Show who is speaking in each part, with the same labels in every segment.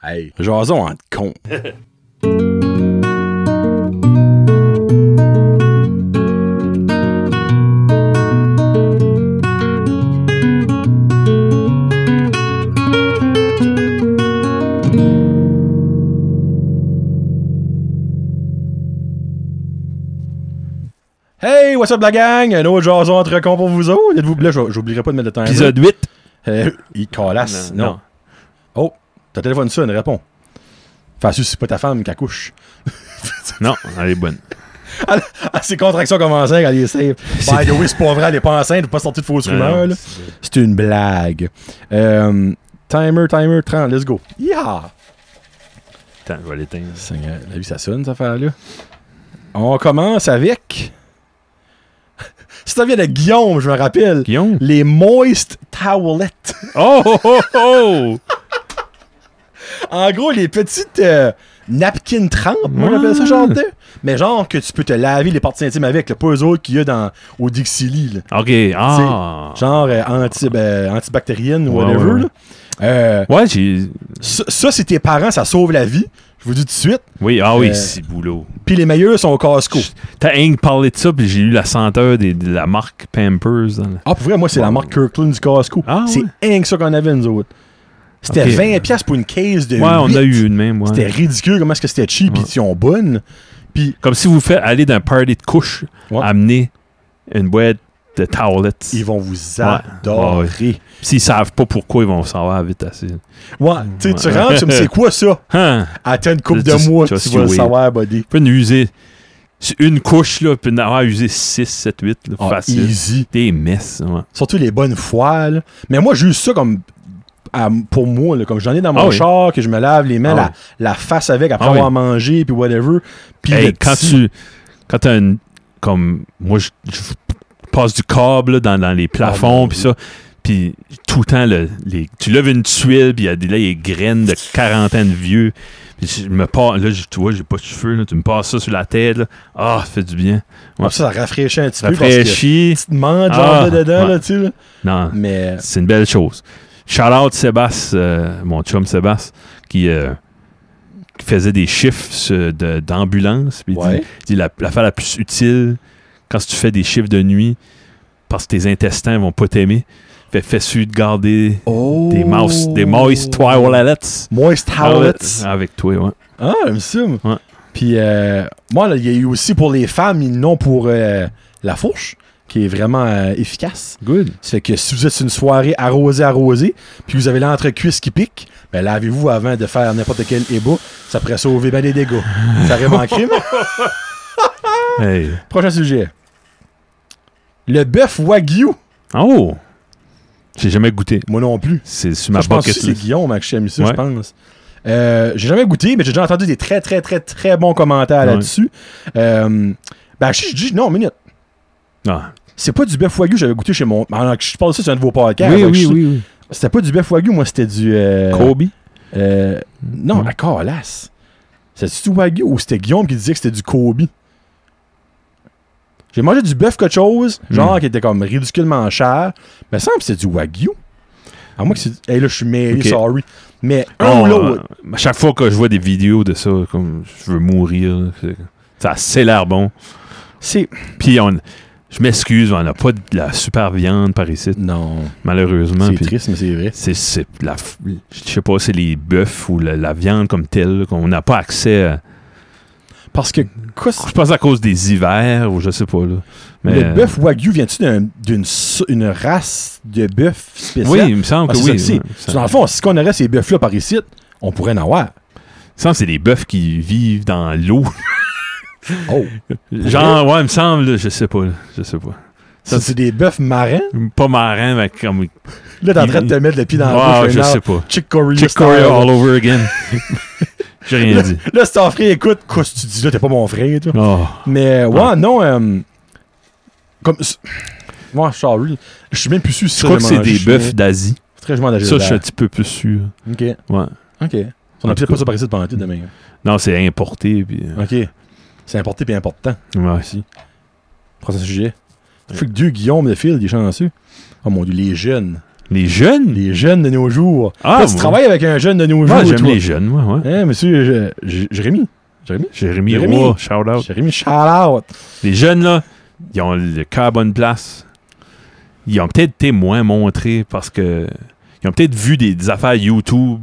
Speaker 1: Hey, jason en con. Hey, what's up la gang? Un autre jason entre cons pour vous autres. Êtes-vous là, j'ou- j'oublierai pas de mettre le temps.
Speaker 2: Épisode 8.
Speaker 1: Euh, il calasse.
Speaker 2: Non,
Speaker 1: Non.
Speaker 2: non.
Speaker 1: Oh, ton téléphone sonne, réponds. Enfin, si c'est pas ta femme qui accouche.
Speaker 2: Non, elle est bonne.
Speaker 1: Ah, ses contractions commencent quand il est safe. By the way, c'est pas vrai, elle est pas enceinte, faut pas sortir de fausses
Speaker 2: Non, non,
Speaker 1: rumeurs. là.
Speaker 2: c'est-
Speaker 1: C'est une blague. Euh, timer, timer, 30, let's go. Yeah!
Speaker 2: Attends, je vais l'éteindre.
Speaker 1: Seigneur, la vie, ça sonne, cette affaire-là. On commence avec. ça vient de Guillaume, je me rappelle.
Speaker 2: Guillaume?
Speaker 1: Les Moist Towelettes.
Speaker 2: Oh, oh, oh, oh!
Speaker 1: En gros, les petites euh, napkins trempes, moi j'appelle ça genre de. Mais genre que tu peux te laver les parties intimes avec, là, pas eux autres qu'il y a dans, au Dixili. là.
Speaker 2: OK, ah!
Speaker 1: Genre euh, anti, ben, antibactérienne ou
Speaker 2: Ouais,
Speaker 1: whatever.
Speaker 2: ouais, ouais.
Speaker 1: là. Euh,
Speaker 2: Ouais, j'ai...
Speaker 1: ça, ça, c'est tes parents, ça sauve la vie. Je vous dis tout de suite.
Speaker 2: Oui, ah oui,
Speaker 1: Euh,
Speaker 2: c'est boulot.
Speaker 1: Puis les meilleurs sont au casse-cou.
Speaker 2: T'as rien que parlé de ça, puis j'ai eu la senteur des- de la marque Pampers. hein. dans le-
Speaker 1: Ah, pour vrai, moi, c'est la marque Kirkland du casse-cou.
Speaker 2: Ah,
Speaker 1: c'est
Speaker 2: ouais.
Speaker 1: rien que ça qu'on avait, nous autres. C'était
Speaker 2: Ok.
Speaker 1: 20$ pour une case de.
Speaker 2: Ouais, on a
Speaker 1: huit.
Speaker 2: eu une même, ouais.
Speaker 1: C'était ridicule comment est-ce que c'était cheap, puis
Speaker 2: Ouais.
Speaker 1: ils sont bonnes. Puis
Speaker 2: Comme si vous faites aller d'un party de couches,
Speaker 1: Ouais.
Speaker 2: amener une boîte de towelettes.
Speaker 1: ils vont vous
Speaker 2: Ouais.
Speaker 1: adorer.
Speaker 2: S'ils savent pas pourquoi, ils vont s'en avoir vite assez.
Speaker 1: Ouais, tu sais, tu
Speaker 2: Ouais.
Speaker 1: rentres, tu me dis, c'est quoi ça?
Speaker 2: Hein?
Speaker 1: Attends une coupe
Speaker 2: Just-
Speaker 1: de mois, tu
Speaker 2: just
Speaker 1: vas le
Speaker 2: wait.
Speaker 1: savoir, buddy.
Speaker 2: Puis une usée. C'est Une couche, là, puis en avoir usé 6, 7, 8, là,
Speaker 1: Ah,
Speaker 2: facile.
Speaker 1: easy.
Speaker 2: Des messes, ouais.
Speaker 1: Surtout les bonnes fois, là. Mais moi, j'ai eu ça comme. à- pour moi, là, comme j'en ai dans mon
Speaker 2: Ah oui.
Speaker 1: char, que je me lave les mains,
Speaker 2: Ah
Speaker 1: la,
Speaker 2: oui.
Speaker 1: la face avec, après
Speaker 2: Ah oui.
Speaker 1: avoir mangé, puis whatever. Puis
Speaker 2: Hey,
Speaker 1: le
Speaker 2: quand
Speaker 1: petit-
Speaker 2: tu. Quand t'as une. Comme. Moi, je, je passe du câble là, dans, dans les plafonds,
Speaker 1: Ah, mon
Speaker 2: puis ça. Puis tout le temps, le- les, tu lèves une tuile, puis il y a des là, il y a des graines de quarantaine de vieux. Puis je me passe. Là, je- tu vois, j'ai pas de cheveux, là, tu me passes ça sur la tête, là. Ah, ça fait du bien.
Speaker 1: Comme ça, ça rafraîchit un petit peu. parce que
Speaker 2: Rafraîchi.
Speaker 1: Tu te manges
Speaker 2: Ah,
Speaker 1: genre de dedans,
Speaker 2: ouais.
Speaker 1: là, tu sais. là.
Speaker 2: Non,
Speaker 1: Mais.
Speaker 2: c'est une belle chose. Shout out Sébastien, euh, mon chum Sébastien, qui, euh, qui faisait des chiffres sur- de- d'ambulance. puis il dit-
Speaker 1: Ouais.
Speaker 2: il dit la, l'affaire la plus utile quand tu fais des chiffres de nuit, parce que tes intestins vont pas t'aimer. Fait, fais su de garder
Speaker 1: Oh.
Speaker 2: des mouse, des moist toilets
Speaker 1: Moist towelettes.
Speaker 2: avec toi, ouais.
Speaker 1: Ah, j'aime ça. moi.
Speaker 2: Ouais.
Speaker 1: Puis, euh, moi, là, il y a eu aussi pour les femmes, ils l'ont pour euh, la fourche, qui est vraiment euh, efficace.
Speaker 2: Good.
Speaker 1: Ça fait que si vous êtes sur une soirée arrosée, arrosée, puis vous avez l'entrecuisse qui pique, ben lavez-vous avant de faire n'importe quel ébat. Ça pourrait sauver bien des dégâts. Ça aurait manqué, mais...
Speaker 2: Hey.
Speaker 1: Prochain sujet. Le bœuf wagyu.
Speaker 2: Oh! J'ai jamais goûté.
Speaker 1: Moi non plus.
Speaker 2: C'est sur
Speaker 1: Ça,
Speaker 2: ma
Speaker 1: je pense que
Speaker 2: bucket
Speaker 1: c'est
Speaker 2: list.
Speaker 1: Guillaume hein, qui a mis ça,
Speaker 2: Ouais.
Speaker 1: je pense. Euh, j'ai jamais goûté, mais j'ai déjà entendu des très, très, très, très bons commentaires
Speaker 2: Ouais.
Speaker 1: là-dessus. Euh, ben, je je dis, non, minute.
Speaker 2: Ah.
Speaker 1: C'est pas du bœuf wagyu que j'avais goûté chez mon. Ah, non, Je parle de ça sur un de vos podcasts.
Speaker 2: Oui,
Speaker 1: donc
Speaker 2: oui,
Speaker 1: je-
Speaker 2: oui, oui.
Speaker 1: C'était pas du bœuf wagyu, moi, c'était du. euh,
Speaker 2: Kobe?
Speaker 1: Euh, non,
Speaker 2: Ouais.
Speaker 1: à Calas. C'était-tu du Wagyu ou c'était Guillaume qui disait que c'était du Kobe? J'ai mangé du bœuf quelque chose,
Speaker 2: Hmm.
Speaker 1: genre qui était comme ridiculement cher. Mais ça me semble que c'était du Wagyu. À moi que c'est. Hey là, je suis mêlé,
Speaker 2: Ok.
Speaker 1: sorry. Mais un
Speaker 2: Oh,
Speaker 1: ou l'autre.
Speaker 2: euh, à chaque fois que je vois des vidéos de ça, comme je veux mourir. C'est- Ça c'est l'air bon.
Speaker 1: C'est.
Speaker 2: Puis on, je m'excuse, on n'a pas de la super viande par ici,
Speaker 1: Non.
Speaker 2: malheureusement.
Speaker 1: C'est
Speaker 2: Puis
Speaker 1: triste, mais c'est vrai.
Speaker 2: C'est c'est la, f- je sais pas, c'est les bœufs ou la, la viande comme telle là, qu'on n'a pas accès. À,
Speaker 1: Parce que. quoi, c'est-
Speaker 2: je pense à cause des hivers ou je sais pas là. Mais,
Speaker 1: le bœuf Wagyu vient-tu d'un- d'une so- une race de bœuf spéciale?
Speaker 2: Oui, il me semble
Speaker 1: Ah,
Speaker 2: que
Speaker 1: c'est
Speaker 2: oui.
Speaker 1: ça que
Speaker 2: Ça-
Speaker 1: Dans le fond, si on aurait ces bœufs-là par ici, on pourrait en avoir.
Speaker 2: il me semble que c'est des bœufs qui vivent dans l'eau.
Speaker 1: Oh.
Speaker 2: Genre, ouais, il me semble, là, je sais pas, là, je sais pas.
Speaker 1: Ça, c'est des bœufs marins.
Speaker 2: Pas marin, mais comme.
Speaker 1: Là, t'es en train de te mettre le pied dans la
Speaker 2: Ah,
Speaker 1: bouche.
Speaker 2: je
Speaker 1: Léonard.
Speaker 2: sais pas.
Speaker 1: Chick Corea.
Speaker 2: Chick
Speaker 1: style.
Speaker 2: Corea all over again. J'ai rien dit.
Speaker 1: Là, c'est ton frère, écoute, quoi si tu dis là, t'es pas mon frère, toi.
Speaker 2: Oh.
Speaker 1: Mais ouais,
Speaker 2: Ouais.
Speaker 1: non, euh, comme. Moi, je suis sorry. Je suis même plus sûr si
Speaker 2: Je crois que
Speaker 1: j'ai
Speaker 2: c'est
Speaker 1: mangé.
Speaker 2: des
Speaker 1: Je
Speaker 2: bœufs
Speaker 1: suis
Speaker 2: d'Asie.
Speaker 1: Très je m'en
Speaker 2: Ça, je suis un petit peu plus sûr.
Speaker 1: Ok.
Speaker 2: Ouais.
Speaker 1: Ok. On
Speaker 2: En
Speaker 1: a
Speaker 2: tout
Speaker 1: peut-être
Speaker 2: cas.
Speaker 1: pas ça par ici de pendant tout demain.
Speaker 2: Non, c'est importé. Puis... euh,
Speaker 1: Ok. C'est important puis important.
Speaker 2: Ouais, si.
Speaker 1: Prochain sujet.
Speaker 2: Ouais.
Speaker 1: Freak 2, Guillaume de Phil, il est chanceux. Oh mon dieu, les jeunes.
Speaker 2: Les jeunes?
Speaker 1: Les jeunes de nos jours.
Speaker 2: Hmm. Ah,
Speaker 1: Toi, tu
Speaker 2: moi.
Speaker 1: travailles avec un jeune de nos jours.
Speaker 2: Ouais, j'aime
Speaker 1: toi.
Speaker 2: les jeunes, moi, ouais.
Speaker 1: Hein, monsieur je- je- Jérémy. Jérémy?
Speaker 2: Jérémy,
Speaker 1: Jérémy.
Speaker 2: Roy, shout out.
Speaker 1: Jérémy, shout out.
Speaker 2: Les jeunes, là, ils ont le cœur à bonne place. Ils ont peut-être été moins montrés parce que. Ils ont peut-être vu des, des affaires YouTube,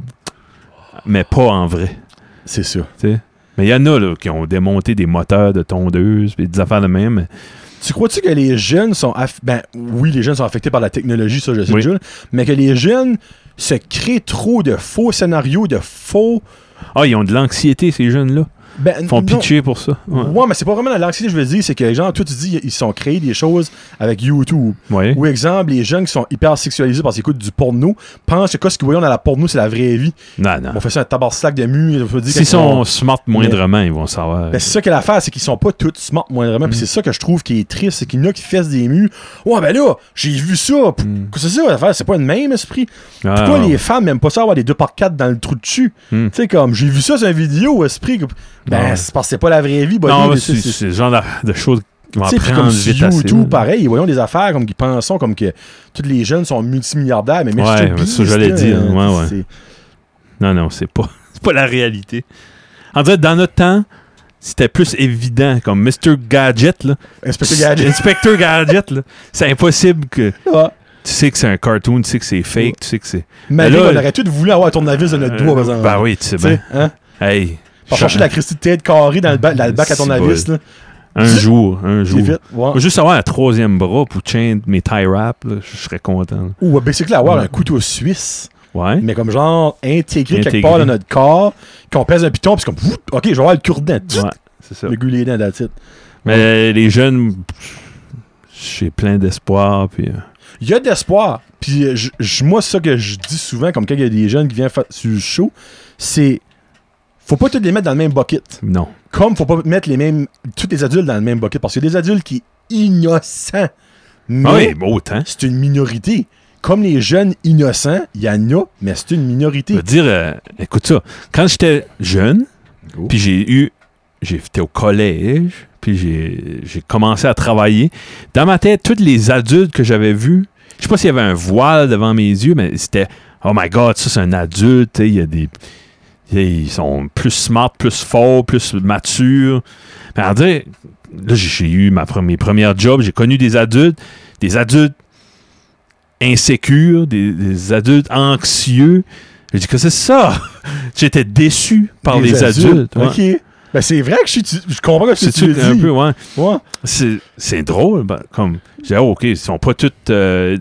Speaker 2: mais pas en vrai.
Speaker 1: C'est ça.
Speaker 2: tu sais. Mais il y en a là, qui ont démonté des moteurs de tondeuses et des affaires de même.
Speaker 1: Tu crois-tu que les jeunes sont. aff- Ben oui, les jeunes sont affectés par la technologie, ça, je sais
Speaker 2: Oui.
Speaker 1: déjà. Mais que les jeunes se créent trop de faux scénarios, de faux.
Speaker 2: Ah, ils ont de l'anxiété, ces jeunes-là.
Speaker 1: Ben,
Speaker 2: Ils font
Speaker 1: non.
Speaker 2: pitcher pour ça.
Speaker 1: Ouais.
Speaker 2: Ouais.
Speaker 1: mais c'est pas vraiment de l'anxiété, je veux dire. C'est que, genre, toi, tu dis, ils se sont créés des choses avec YouTube.
Speaker 2: Ouais.
Speaker 1: Ou exemple, les jeunes qui sont hyper sexualisés parce qu'ils écoutent du porno pensent que quoi, ce qu'ils voient dans la porno, c'est la vraie vie.
Speaker 2: Non, non.
Speaker 1: On fait ça un tabar slack de mu. on peut dire
Speaker 2: S'ils
Speaker 1: qu'ils ont-
Speaker 2: sont smart moindrement, ils vont savoir.
Speaker 1: Ben, c'est ça que l'affaire, c'est qu'ils sont pas tous smart, moindrement.
Speaker 2: Mm.
Speaker 1: Puis c'est ça que je trouve qui est triste, c'est qu'il y en a qui fessent des murs. Ouais, ben là, j'ai vu ça. P-
Speaker 2: Mm.
Speaker 1: C'est ça, l'affaire, c'est pas le même esprit.
Speaker 2: Ah,
Speaker 1: Pourquoi
Speaker 2: ouais.
Speaker 1: les femmes n'aiment pas ça avoir des deux par quatre dans le trou de dessus?
Speaker 2: Mm.
Speaker 1: Tu sais, comme, j'ai vu ça sur une vidéo, esprit. que- Ben,
Speaker 2: Ouais.
Speaker 1: c'est parce que c'est pas la vraie vie, buddy,
Speaker 2: Non,
Speaker 1: mais
Speaker 2: c'est
Speaker 1: c'est-
Speaker 2: c'est le genre de, de choses qui vont
Speaker 1: Tu sais, puis comme
Speaker 2: apprendre
Speaker 1: sur
Speaker 2: vite assez.
Speaker 1: YouTube,
Speaker 2: là.
Speaker 1: pareil, voyons des affaires comme qui pensent comme que tous les jeunes sont multimilliardaires, mais
Speaker 2: Ouais,
Speaker 1: Mr.
Speaker 2: mais ça,
Speaker 1: Beast,
Speaker 2: j'allais
Speaker 1: là,
Speaker 2: dire,
Speaker 1: euh,
Speaker 2: ouais, ouais.
Speaker 1: c'est-
Speaker 2: Non, non, c'est pas, c'est pas la réalité. En fait, dans notre temps, c'était plus évident, comme Mr. Gadget, là.
Speaker 1: Inspecteur Gadget.
Speaker 2: Inspecteur Gadget, là. C'est impossible que.
Speaker 1: ouais.
Speaker 2: Tu sais que c'est un cartoon, tu sais que c'est fake, tu sais que c'est.
Speaker 1: Mais
Speaker 2: là,
Speaker 1: on aurait tous voulu avoir ton avis de notre doigt, par exemple.
Speaker 2: Ben oui, tu sais
Speaker 1: Tu sais,
Speaker 2: bien.
Speaker 1: hein?
Speaker 2: Hey.
Speaker 1: Pour
Speaker 2: cha-
Speaker 1: chercher la Christie de tête carrée dans le, ba- dans le bac à ton
Speaker 2: C'est
Speaker 1: avis, là.
Speaker 2: Un jour, un
Speaker 1: J'ai
Speaker 2: jour.
Speaker 1: vite. ouais.
Speaker 2: Faut Juste avoir un troisième bras pour chain mes tie wraps, là, je serais content. là.
Speaker 1: Ou, euh, basically, avoir
Speaker 2: Ouais.
Speaker 1: un couteau suisse,
Speaker 2: Ouais.
Speaker 1: mais comme genre intégré,
Speaker 2: Intégré.
Speaker 1: quelque part dans notre corps, qu'on pèse un piton, puis c'est comme, Wouh! ok, je vais avoir le cure-dent. Tchut!
Speaker 2: Ouais, c'est ça.
Speaker 1: Le goût les dents, that's it.
Speaker 2: Mais euh, les jeunes, pff, j'ai plein d'espoir. Puis, euh,
Speaker 1: Il y a de l'espoir. Puis euh, je- je- moi, c'est ça que je dis souvent, comme quand il y a des jeunes qui viennent fa- sur le show, c'est. Faut pas tous les mettre dans le même bucket.
Speaker 2: non.
Speaker 1: Comme faut pas mettre les mêmes. Tous les adultes dans le même bucket. Parce qu'il y a des adultes qui innocents. Mais
Speaker 2: Ah oui, mais autant.
Speaker 1: c'est une minorité. Comme les jeunes innocents, il y en a, mais c'est une
Speaker 2: Je
Speaker 1: minorité.
Speaker 2: veux dire, euh, écoute ça. Quand j'étais jeune,
Speaker 1: Oh.
Speaker 2: puis j'ai eu. J'étais au collège, puis j'ai j'ai commencé à travailler. Dans ma tête, tous les adultes que j'avais vus, je sais pas s'il y avait un voile devant mes yeux, mais c'était Oh my god, ça c'est un adulte, tu sais, il y a des. il y a- Ils sont plus smart, plus forts, plus matures. Mais en vrai, là, j'ai- j'ai eu ma première, mes premières jobs, j'ai connu des adultes, des adultes insécures, des, des adultes anxieux. J'ai dit que c'est ça. J'étais déçu par les, adultes. ouais.
Speaker 1: Ok. Ben c'est vrai que je, suis- tu- je comprends que tu,
Speaker 2: C'est
Speaker 1: tu le
Speaker 2: tout un
Speaker 1: dis.
Speaker 2: peu, ouais.
Speaker 1: Ouais.
Speaker 2: C'est- C'est drôle, ben, comme. Je dis, oh, ok, ils sont pas tous euh,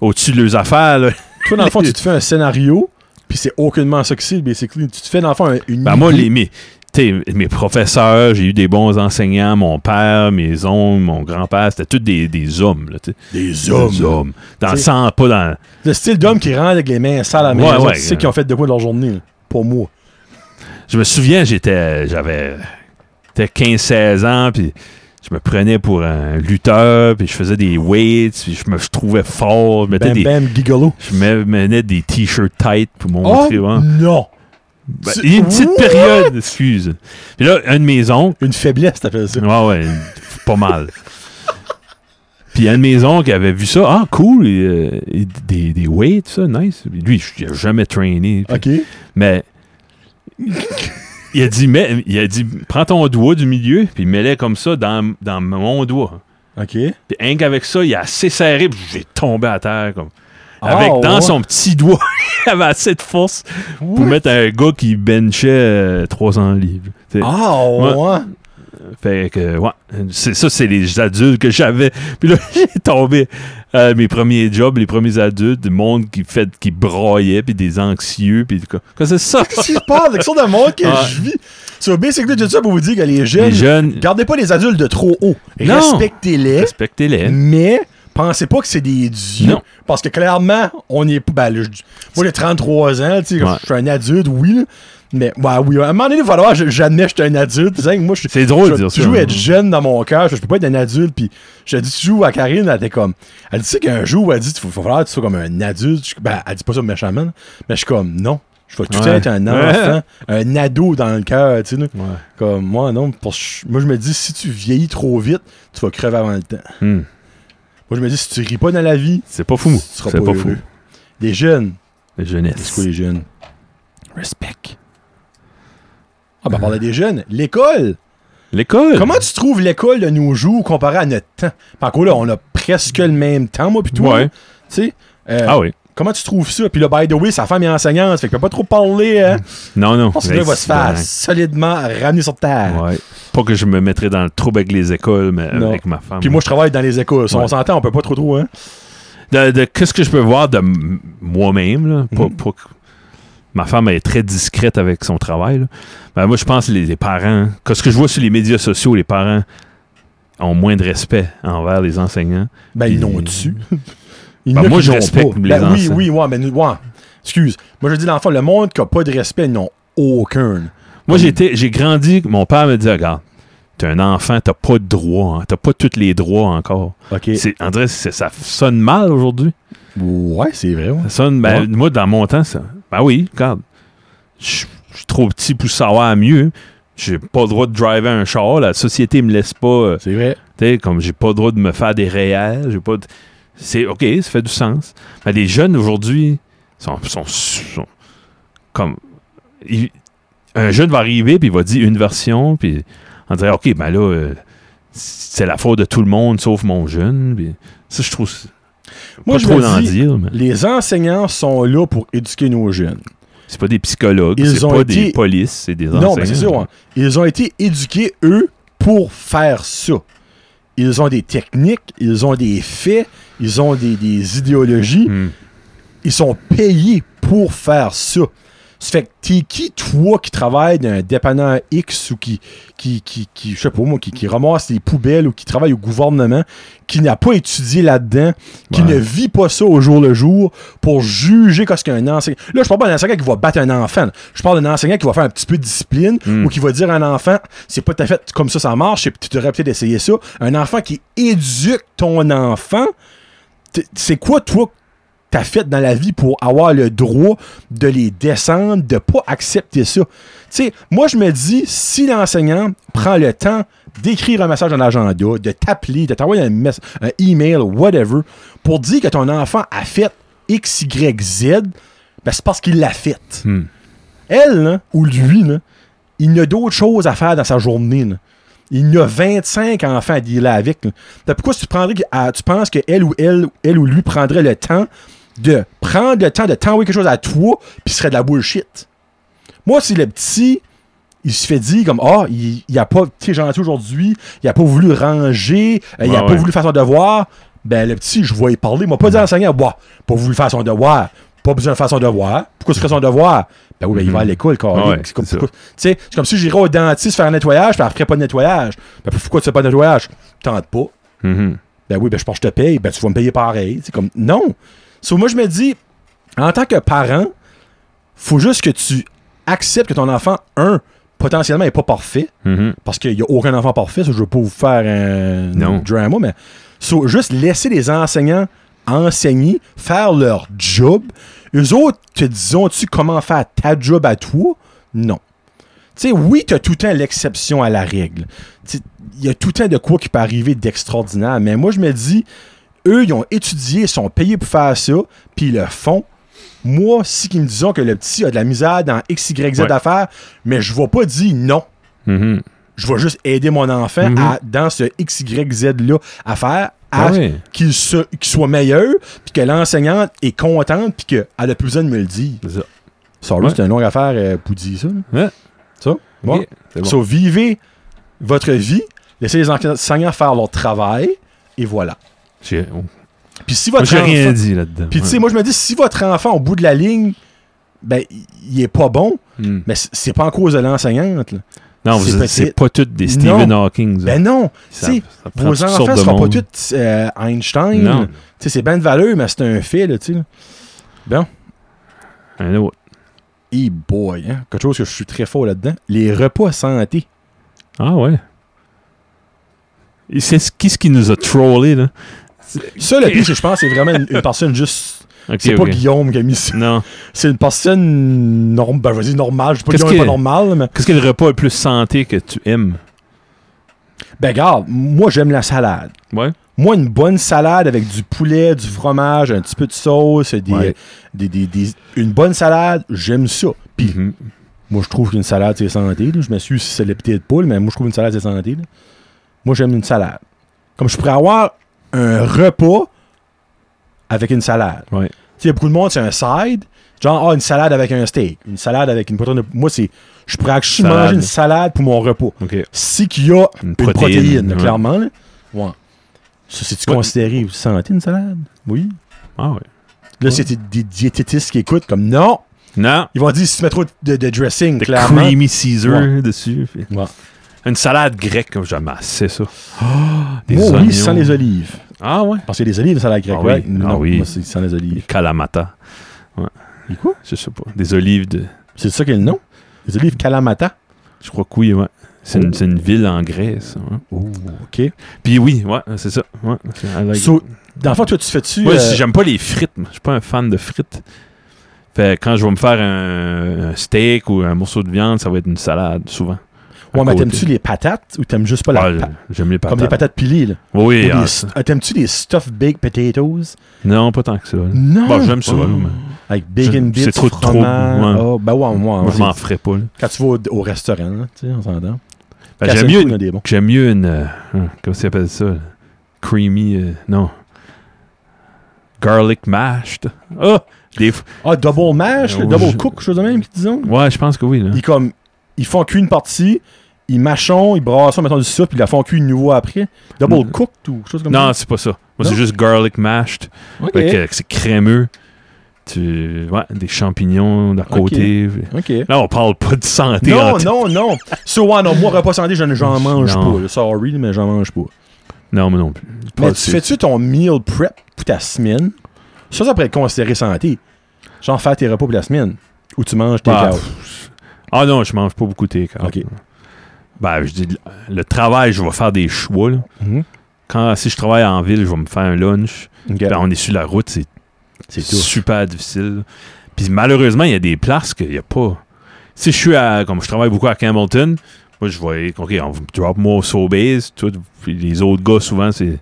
Speaker 2: au-dessus de leurs affaires, là.
Speaker 1: Toi, dans le fond, tu te fais un scénario, puis c'est aucunement ça que c'est, basically. Tu te fais, dans le fond, un- une.
Speaker 2: Ben, moi, les, mes, t'sais, mes professeurs, j'ai eu des bons enseignants, mon père, mes oncles, mon grand-père, c'était tous des, des hommes. Là, t'sais.
Speaker 1: Des
Speaker 2: Des hommes. Dans le
Speaker 1: T'sais-
Speaker 2: sens, pas dans.
Speaker 1: Le style d'homme qui rentre avec les mains sales à la
Speaker 2: Ouais,
Speaker 1: maison,
Speaker 2: ouais,
Speaker 1: tu sais
Speaker 2: euh.
Speaker 1: qu'ils ont fait de quoi de leur journée, là, pour moi.
Speaker 2: Je me souviens, j'étais. J'avais. j'étais 15-16 ans, puis je me prenais pour un lutteur, puis je faisais des weights, puis je me je trouvais fort. Je mettais
Speaker 1: Bam
Speaker 2: des.
Speaker 1: bam, gigolo.
Speaker 2: Je me menais des t-shirts tight pour
Speaker 1: Oh
Speaker 2: montrer. ouais.
Speaker 1: non!
Speaker 2: Ben,
Speaker 1: c'est-
Speaker 2: il y a une petite
Speaker 1: What?
Speaker 2: période, excuse. Puis là, un de mes oncles,
Speaker 1: Une faiblesse, t'appelles ça.
Speaker 2: Ouais, ouais, pas mal. Puis un de mes oncles avait vu ça. Ah, cool, et, euh, et des, des weights, ça, nice. Puis Lui, il a jamais trainé. Puis-
Speaker 1: Ok.
Speaker 2: Mais il a dit, mais, il a dit, prends ton doigt du milieu, puis mets-le comme ça dans, dans mon doigt.
Speaker 1: Ok.
Speaker 2: Puis rien qu'avec ça, il a assez serré, puis j'ai tombé à terre. Comme.
Speaker 1: Ah,
Speaker 2: Avec dans
Speaker 1: ouais.
Speaker 2: son petit doigt, il avait assez de force pour mettre un gars qui benchait euh, 300 livres. Tu sais.
Speaker 1: Ah, ouais.
Speaker 2: Fait que, ouais, c'est ça, c'est les adultes que j'avais. Puis là, j'ai tombé euh, mes premiers jobs, les premiers adultes, du monde qui fait, qui broyait, puis des anxieux, puis quoi. Quoi, c'est ça?
Speaker 1: Qu'est-ce qui se passe? C'est le genre de monde que
Speaker 2: Ah.
Speaker 1: je vis. So, basically, tout ça pour vous dire que les
Speaker 2: Les
Speaker 1: jeunes,
Speaker 2: jeunes,
Speaker 1: gardez pas les adultes de trop haut.
Speaker 2: Non.
Speaker 1: Respectez-les.
Speaker 2: respectez-les.
Speaker 1: Mais pensez pas que c'est des dieux.
Speaker 2: Non.
Speaker 1: Parce que clairement, on est. Ben, là, je- moi, j'ai 33 ans, tu sais,
Speaker 2: Ouais.
Speaker 1: je suis un adulte, oui. là. Mais, ouais, oui. À un moment donné, il va falloir que j'admets que je suis un adulte. Tu sais, moi, je
Speaker 2: C'est drôle de
Speaker 1: je vais
Speaker 2: dire ça.
Speaker 1: toujours être jeune dans mon cœur. Je peux pas être un adulte. Puis, je dis toujours à Karine, elle était comme. Elle dit, tu sais qu'un jour, elle dit, il va falloir que tu sois comme un adulte. Je- ben, elle dit pas ça méchamment. là. Mais je suis comme, non. Je vais tout
Speaker 2: Ouais.
Speaker 1: être un enfant, un ado dans le cœur, tu sais. là.
Speaker 2: Ouais.
Speaker 1: Comme moi, non. pour- moi, je me dis, si tu vieillis trop vite, tu vas crever avant le temps.
Speaker 2: Hmm.
Speaker 1: Moi, je me dis, si tu ris pas dans la vie,
Speaker 2: C'est pas fou.
Speaker 1: tu seras
Speaker 2: C'est pas,
Speaker 1: pas
Speaker 2: fou.
Speaker 1: heureux. Des jeunes.
Speaker 2: La
Speaker 1: C'est
Speaker 2: jeunesse.
Speaker 1: quoi les jeunes?
Speaker 2: Respect.
Speaker 1: Ah, ben, on parlait des jeunes. L'école!
Speaker 2: L'école.
Speaker 1: Comment tu trouves l'école de nos jours comparé à notre temps? Par contre, là, on a presque le même temps, moi, puis toi.
Speaker 2: Ouais.
Speaker 1: là. Tu sais? euh,
Speaker 2: Ah oui.
Speaker 1: Comment tu trouves ça? Puis là, by the way, sa femme est enseignante, fait qu'il peut pas trop parler.
Speaker 2: Mm.
Speaker 1: Hein?
Speaker 2: Non, non.
Speaker 1: Je pense que là, il va se faire
Speaker 2: Ouais.
Speaker 1: solidement ramener sur terre.
Speaker 2: Ouais. Pas que je me mettrais dans le trouble avec les écoles, mais
Speaker 1: Non.
Speaker 2: avec ma femme.
Speaker 1: Puis moi, je travaille dans les écoles. Si
Speaker 2: Ouais.
Speaker 1: On s'entend, on peut pas trop trop, hein?
Speaker 2: de, de- qu'est-ce que je peux voir de m- moi-même là, pas- pas que- ma femme est très discrète avec son travail là. Ben, moi je pense les, les parents que ce que je vois sur les médias sociaux les parents ont moins de respect envers les enseignants
Speaker 1: Ben, ils
Speaker 2: Puis-
Speaker 1: n'ont dessus. Ils
Speaker 2: Ben,
Speaker 1: n'ont
Speaker 2: moi,
Speaker 1: qu'ils
Speaker 2: je
Speaker 1: n'ont
Speaker 2: respecte
Speaker 1: pas.
Speaker 2: les
Speaker 1: Ben oui,
Speaker 2: enseignants.
Speaker 1: oui, ouais, mais nous- ouais. Excuse. Moi, je dis l'enfant, le monde qui a pas de respect, ils n'ont aucun.
Speaker 2: moi j'étais j'ai grandi mon père me disait regarde t'es un enfant t'as pas de droit hein, t'as pas tous les droits encore
Speaker 1: OK.
Speaker 2: c'est André c'est, ça sonne mal aujourd'hui
Speaker 1: Ouais, c'est vrai. ouais.
Speaker 2: Ça sonne, ben,
Speaker 1: Ouais.
Speaker 2: moi, dans mon temps, ça. Ben oui, regarde. Je je suis trop petit pour savoir mieux. J'ai pas le droit de driver un char. La société me laisse pas. euh,
Speaker 1: C'est vrai.
Speaker 2: Tu sais, comme j'ai pas le droit de me faire des réels. J'ai pas. de- C'est OK, ça fait du sens. Mais les jeunes aujourd'hui sont, sont, sont- Comme. il- un jeune va arriver, puis il va dire une version, puis on dirait OK, ben là, euh, c'est la faute de tout le monde sauf mon jeune. Puis ça, je trouve.
Speaker 1: Moi,
Speaker 2: pas
Speaker 1: je
Speaker 2: trop
Speaker 1: me
Speaker 2: d'en
Speaker 1: dis,
Speaker 2: dire, mais.
Speaker 1: Les enseignants sont là pour éduquer nos jeunes.
Speaker 2: C'est pas des psychologues,
Speaker 1: Ils
Speaker 2: c'est
Speaker 1: ont
Speaker 2: pas
Speaker 1: été-
Speaker 2: des polices, c'est des enseignants.
Speaker 1: Non, mais c'est sûr. hein. Ils ont été éduqués, eux, pour faire ça. Ils ont des techniques, ils ont des faits, ils ont des, des idéologies.
Speaker 2: Hmm.
Speaker 1: Ils sont payés pour faire ça. Ça fait que t'es qui, toi, qui travaille dans un dépanneur X ou qui, qui, qui, qui- je sais pas moi, qui, qui ramasse les poubelles ou qui travaille au gouvernement, qui n'a pas étudié là-dedans, qui
Speaker 2: Ouais.
Speaker 1: ne vit pas ça au jour le jour pour juger qu'est-ce qu'un enseignant. Là, je parle pas d'un enseignant qui va battre un enfant. là. Je parle d'un enseignant qui va faire un petit peu de discipline
Speaker 2: Mm.
Speaker 1: ou qui va dire à un enfant, c'est pas tout à fait comme ça, ça marche, et puis tu devrais peut-être essayer ça. Un enfant qui éduque ton enfant, t- c'est quoi, toi, t'as fait dans la vie pour avoir le droit de les descendre, de pas accepter ça. Tu sais, moi je me dis, si l'enseignant prend le temps d'écrire un message en agenda, de t'appeler, de t'envoyer un, mes- un email, whatever, pour dire que ton enfant a fait X, Y, Z, ben c'est parce qu'il l'a fait.
Speaker 2: Hmm.
Speaker 1: Elle, là, ou lui, là, il n'a d'autres choses à faire dans sa journée. là. Il y a 25 enfants à dealer avec. là. Fait Pourquoi tu, prendrais, à- tu penses que elle ou elle, elle ou lui prendrait le temps de prendre le temps de t'envoyer quelque chose à toi, puis ce serait de la bullshit? Moi, si le petit, il se fait dire comme Ah, il, il a pas été gentil aujourd'hui, il a pas voulu ranger, euh, il
Speaker 2: Ouais,
Speaker 1: a pas
Speaker 2: ouais.
Speaker 1: voulu faire son devoir, ben le petit, je vais y parler. Moi, pas dit à l'enseignant, bah, pas voulu faire son devoir. Pas besoin de faire son devoir. Pourquoi tu ferais son devoir? Ben oui, ben, il va à l'école, quand
Speaker 2: Ah ouais,
Speaker 1: c'est comme,
Speaker 2: c'est ça.
Speaker 1: pourquoi- tu sais, c'est comme si j'irais au dentiste faire un nettoyage, puis elle ferait pas de nettoyage. Ben pourquoi tu fais pas de nettoyage? Tente pas.
Speaker 2: Mhm.
Speaker 1: Ben oui, ben je pense que je te paye, ben tu vas me payer pareil. C'est comme, non. So, moi, je me dis, en tant que parent, faut juste que tu acceptes que ton enfant, un, potentiellement, est pas parfait,
Speaker 2: Mhm.
Speaker 1: parce qu'il y a aucun enfant parfait, ça, je veux pas vous faire un
Speaker 2: Non.
Speaker 1: drama, mais so, juste laisser les enseignants enseigner, faire leur job. Eux autres, te disons-tu comment faire ta job à toi? Non. Tu sais, oui, tu as tout le temps l'exception à la règle. Tu sais, Il y a tout le temps de quoi qui peut arriver d'extraordinaire, mais moi, je me dis, eux, ils ont étudié, ils sont payés pour faire ça, puis ils le font. Moi, si qu'ils me disons que le petit a de la misère dans X, Y, Z
Speaker 2: Ouais.
Speaker 1: à faire, mais je vais pas dire non
Speaker 2: Mhm.
Speaker 1: je vais juste aider mon enfant
Speaker 2: Mhm.
Speaker 1: à, dans ce XYZ là à faire à
Speaker 2: Ah oui.
Speaker 1: qu'il se- qu'il soit meilleur puis que l'enseignante est contente puis qu'elle a plus besoin de me le dire
Speaker 2: C'est ça.
Speaker 1: Sorry,
Speaker 2: Ouais.
Speaker 1: c'est une longue affaire euh, pour dire ça là.
Speaker 2: Ouais.
Speaker 1: ça bon.
Speaker 2: Ok, c'est bon.
Speaker 1: So, vivez votre vie laissez les enseignants faire leur travail et voilà
Speaker 2: J'ai oh.
Speaker 1: puis si
Speaker 2: Moi,
Speaker 1: votre
Speaker 2: j'ai rien
Speaker 1: enfant
Speaker 2: dit là-dedans.
Speaker 1: puis tu sais
Speaker 2: Ouais.
Speaker 1: moi je me dis si votre enfant au bout de la ligne ben il- il est pas bon
Speaker 2: Hmm.
Speaker 1: mais c- c'est pas en cause de l'enseignante là.
Speaker 2: Non,
Speaker 1: c'est
Speaker 2: vous-
Speaker 1: peut-être-
Speaker 2: c'est pas toutes des Stephen Hawking. ça.
Speaker 1: ben non
Speaker 2: Ça-
Speaker 1: tu sais,
Speaker 2: ça prend
Speaker 1: Vos
Speaker 2: toutes
Speaker 1: enfants
Speaker 2: sortes
Speaker 1: ne
Speaker 2: de
Speaker 1: seront pas
Speaker 2: monde.
Speaker 1: tous euh, Einstein.
Speaker 2: Non.
Speaker 1: Tu sais, C'est bien de valeur, mais c'est un fait. Là, tu sais, là.
Speaker 2: Un autre.
Speaker 1: hey boy, hein? quelque chose que je suis très fort là-dedans. Les repas santé.
Speaker 2: Ah ouais. Et C'est ce, qui, ce qui nous a trollé là.
Speaker 1: Ça, le pire, c'est que je pense que c'est vraiment une, une personne juste.
Speaker 2: Ok,
Speaker 1: C'est
Speaker 2: ok.
Speaker 1: pas Guillaume qui a mis ça.
Speaker 2: Non.
Speaker 1: C'est une personne norm... ben, je vais dire normale. Je sais pas
Speaker 2: Qu'est-ce
Speaker 1: Guillaume est pas
Speaker 2: que-
Speaker 1: normal, mais.
Speaker 2: Qu'est-ce que le repas le plus santé que tu aimes?
Speaker 1: Ben, garde, moi, j'aime la salade.
Speaker 2: Ouais.
Speaker 1: Moi, une bonne salade avec du poulet, du fromage, un petit peu de sauce, des,
Speaker 2: Ouais.
Speaker 1: des- des- des- une bonne salade, j'aime ça. Puis,
Speaker 2: Mhm.
Speaker 1: moi, je trouve qu'une salade, c'est santé. là. Je me suis c'est le petit de poule, mais moi, je trouve une salade, c'est santé. là. Moi, j'aime une salade. Comme je pourrais avoir un repas avec une salade.
Speaker 2: Ouais.
Speaker 1: Tu sais, beaucoup de monde, c'est un side. Genre, ah, une salade avec un steak. Une salade avec une protéine. de- Moi, c'est. Je pourrais actuellement
Speaker 2: Salade.
Speaker 1: manger une salade pour mon repas.
Speaker 2: OK.
Speaker 1: Si qu'il y a
Speaker 2: Une
Speaker 1: une,
Speaker 2: protéine,
Speaker 1: protéine, là,
Speaker 2: ouais.
Speaker 1: clairement. là. Ouais. Ça, c'est-tu
Speaker 2: Ouais.
Speaker 1: considéré santé, une salade? Oui.
Speaker 2: Ah ouais.
Speaker 1: Là, c'est des- des diététistes qui écoutent comme non.
Speaker 2: Non.
Speaker 1: Ils vont dire si tu mets trop de, de dressing,
Speaker 2: The
Speaker 1: clairement.
Speaker 2: creamy Caesar
Speaker 1: Ouais.
Speaker 2: dessus. Fait-
Speaker 1: Ouais.
Speaker 2: Une salade grecque, comme j'aime assez ça. Des
Speaker 1: Moi,
Speaker 2: oignons.
Speaker 1: oui, sans les olives.
Speaker 2: Ah ouais.
Speaker 1: Parce que les olives, ça la grecque,
Speaker 2: Ah oui,
Speaker 1: ouais.
Speaker 2: ah
Speaker 1: Non,
Speaker 2: oui.
Speaker 1: moi, c'est sans les
Speaker 2: Des
Speaker 1: olives.
Speaker 2: Kalamata.
Speaker 1: Et quoi?
Speaker 2: Je sais pas. Des olives de.
Speaker 1: C'est ça qui est le nom? Les olives Kalamata.
Speaker 2: Je crois que oui, ouais. C'est une,
Speaker 1: Oh.
Speaker 2: c'est une ville en Grèce. ouais.
Speaker 1: Oh, OK.
Speaker 2: Puis oui, ouais, c'est ça. Ouais, c'est- I like
Speaker 1: So, dans le fond, toi, tu fais-tu...
Speaker 2: Moi,
Speaker 1: euh,
Speaker 2: si j'aime pas les frites. moi. Je suis pas un fan de frites. Fait que quand je vais me faire un, un steak ou un morceau de viande, ça va être une salade, souvent. À
Speaker 1: ouais, mais
Speaker 2: côté.
Speaker 1: t'aimes-tu les patates ou t'aimes juste pas la...
Speaker 2: Ah,
Speaker 1: pa-
Speaker 2: J'aime les
Speaker 1: Comme les
Speaker 2: patates.
Speaker 1: patates pilées, là.
Speaker 2: Oui,
Speaker 1: Ou
Speaker 2: ah,
Speaker 1: les
Speaker 2: ça.
Speaker 1: st- ah, T'aimes-tu les stuffed baked potatoes?
Speaker 2: Non, pas tant que ça. là.
Speaker 1: Non! Oh.
Speaker 2: Bon, Hmm. Bah, j'aime ça, là,
Speaker 1: Mmh.
Speaker 2: mais-
Speaker 1: Avec bacon
Speaker 2: Je-
Speaker 1: bits,
Speaker 2: c'est trop- trop-
Speaker 1: fromage.
Speaker 2: ouais.
Speaker 1: Ah, ben ouais, moi,
Speaker 2: Moi,
Speaker 1: on-
Speaker 2: je m'en ferais pas. là.
Speaker 1: Quand tu vas au, au restaurant, là, tu sais, on s'entend.
Speaker 2: Fait que
Speaker 1: Casse
Speaker 2: J'aime
Speaker 1: le
Speaker 2: mieux,
Speaker 1: cou, on a des bons.
Speaker 2: j'aime mieux une. euh, hein, comment ça s'appelle ça? là? Creamy. euh, non. Garlic mashed. Ah! Des f-
Speaker 1: Ah, double mash,
Speaker 2: Euh,
Speaker 1: double
Speaker 2: je-
Speaker 1: cook, chose de même, disons.
Speaker 2: Ouais, je pense que oui. Là.
Speaker 1: Ils comme ils font cuire une partie, ils mâchons, ils brassent, mettons du sucre, puis ils la font cuire de nouveau après. Double
Speaker 2: Mm.
Speaker 1: cooked ou quelque chose comme
Speaker 2: Non,
Speaker 1: ça.
Speaker 2: c'est pas ça. Moi, c'est
Speaker 1: Non?
Speaker 2: juste garlic mashed.
Speaker 1: Non,
Speaker 2: Fait que, euh, c'est crémeux. Tu, ouais, des champignons d'à côté.
Speaker 1: OK.
Speaker 2: Là, on parle pas de santé. en
Speaker 1: Non,
Speaker 2: t-
Speaker 1: non, non. So, ouais, non, moi, repas santé, j'en- j'en mange
Speaker 2: Non.
Speaker 1: pas. là. Sorry, mais j'en mange pas.
Speaker 2: non, moi non plus. Pas
Speaker 1: Mais
Speaker 2: de-
Speaker 1: tu fais-tu ton meal prep pour ta semaine? Ça, ça pourrait être considéré santé. Genre faire tes repas pour la semaine. Ou tu manges tes
Speaker 2: Ah,
Speaker 1: out.
Speaker 2: pff. Ah non, je mange pas beaucoup de take-out.
Speaker 1: Ok.
Speaker 2: Ben, je dis, le travail, je vais faire des choix. là.
Speaker 1: Mhm.
Speaker 2: Quand, si je travaille en ville, je vais me faire un lunch.
Speaker 1: Ok.
Speaker 2: Ben, on est sur la route, c'est
Speaker 1: C'est tout.
Speaker 2: super difficile. Puis malheureusement, il y a des places qu'il n'y a pas. Si je suis à. Comme je travaille beaucoup à Campbellton, moi je vais. OK, on va drop moi au Sobeys. tout, puis Les autres gars, souvent, c'est